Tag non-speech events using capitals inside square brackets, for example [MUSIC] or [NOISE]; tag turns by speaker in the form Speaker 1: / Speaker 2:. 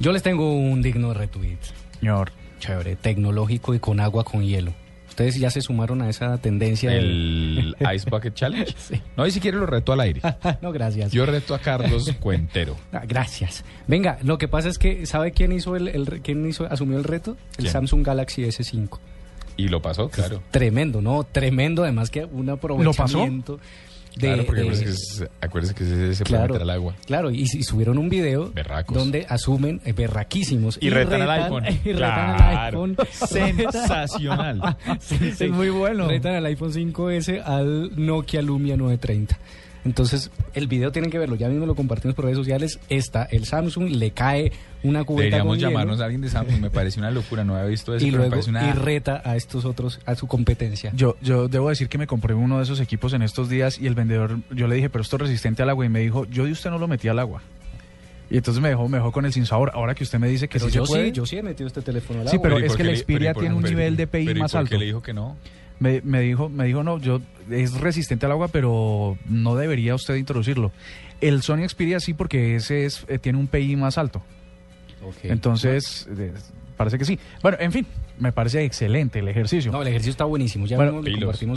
Speaker 1: Yo les tengo un digno retweet.
Speaker 2: Señor.
Speaker 1: Chévere, tecnológico y con agua con hielo. Ustedes ya se sumaron a esa tendencia.
Speaker 2: El
Speaker 3: [LAUGHS]
Speaker 2: Ice Bucket Challenge.
Speaker 1: Sí.
Speaker 2: No, y si quiere lo reto al aire.
Speaker 1: del- [LAUGHS] no, gracias.
Speaker 2: Yo reto
Speaker 3: [LAUGHS]
Speaker 2: a Carlos Cuentero.
Speaker 1: Ah, gracias. Venga, lo que pasa es que, ¿sabe quién hizo el, el re- quién hizo, asumió el reto? El
Speaker 2: ¿Quién?
Speaker 1: Samsung Galaxy S5.
Speaker 2: Y lo
Speaker 3: Pues,
Speaker 2: pasó, claro.
Speaker 1: Tremendo, ¿no? Tremendo, además que un aprovechamiento. de-
Speaker 2: claro, porque
Speaker 1: de-
Speaker 2: acuérdese
Speaker 3: eh,
Speaker 2: que, es- acuérdese que se, se puede
Speaker 1: Claro.
Speaker 2: meter al agua.
Speaker 1: Claro, y, y subieron un video
Speaker 2: Berracos.
Speaker 1: donde asumen eh, berraquísimos
Speaker 2: Y retan al iPhone.
Speaker 1: [LAUGHS] Y retan al
Speaker 2: Claro.
Speaker 1: iPhone.
Speaker 2: [LAUGHS] Sensacional.
Speaker 1: [LAUGHS] Es muy bueno. Retan al iPhone 5S al Nokia Lumia 930. Entonces, el video tienen que verlo. Ya mismo lo compartimos por redes sociales. Está el Samsung, le cae una cubeta
Speaker 2: Deberíamos
Speaker 1: con hielo
Speaker 2: llamarnos a alguien de Samsung. Me parece una locura. No había visto eso,
Speaker 1: y
Speaker 2: pero me
Speaker 1: luego
Speaker 2: parece una.
Speaker 1: y reta a estos otros a su competencia.
Speaker 3: Yo, yo debo decir que me compré uno de esos equipos en estos días y el vendedor, yo le dije, pero esto es resistente al agua. Y me dijo, yo de usted no lo metí al agua. Y entonces me dejó, me dejó con el sinsabor. Ahora que usted me dice que
Speaker 1: Pero
Speaker 3: sí
Speaker 1: yo
Speaker 3: se puede,
Speaker 1: sí, yo sí he metido este teléfono al
Speaker 3: Sí,
Speaker 1: agua.
Speaker 3: pero
Speaker 2: ¿y
Speaker 3: es
Speaker 2: por
Speaker 3: que
Speaker 2: qué
Speaker 3: el
Speaker 2: le- pero ¿y
Speaker 3: Xperia
Speaker 2: por-
Speaker 3: tiene un
Speaker 2: pero-
Speaker 3: nivel de PI
Speaker 2: pero ¿y
Speaker 3: más
Speaker 2: por qué
Speaker 3: alto.
Speaker 2: le dijo que no?
Speaker 3: me, me dijo, me dijo, no, yo es resistente al agua, pero no debería usted introducirlo. El Sony Xperia sí, porque ese es, eh, tiene un PI más alto. Entonces, eh, parece que sí. Bueno, en fin, me parece excelente el ejercicio.
Speaker 1: No, el ejercicio está buenísimo. Ya
Speaker 3: Bueno,
Speaker 1: mismo le
Speaker 2: pilos.
Speaker 1: compartimos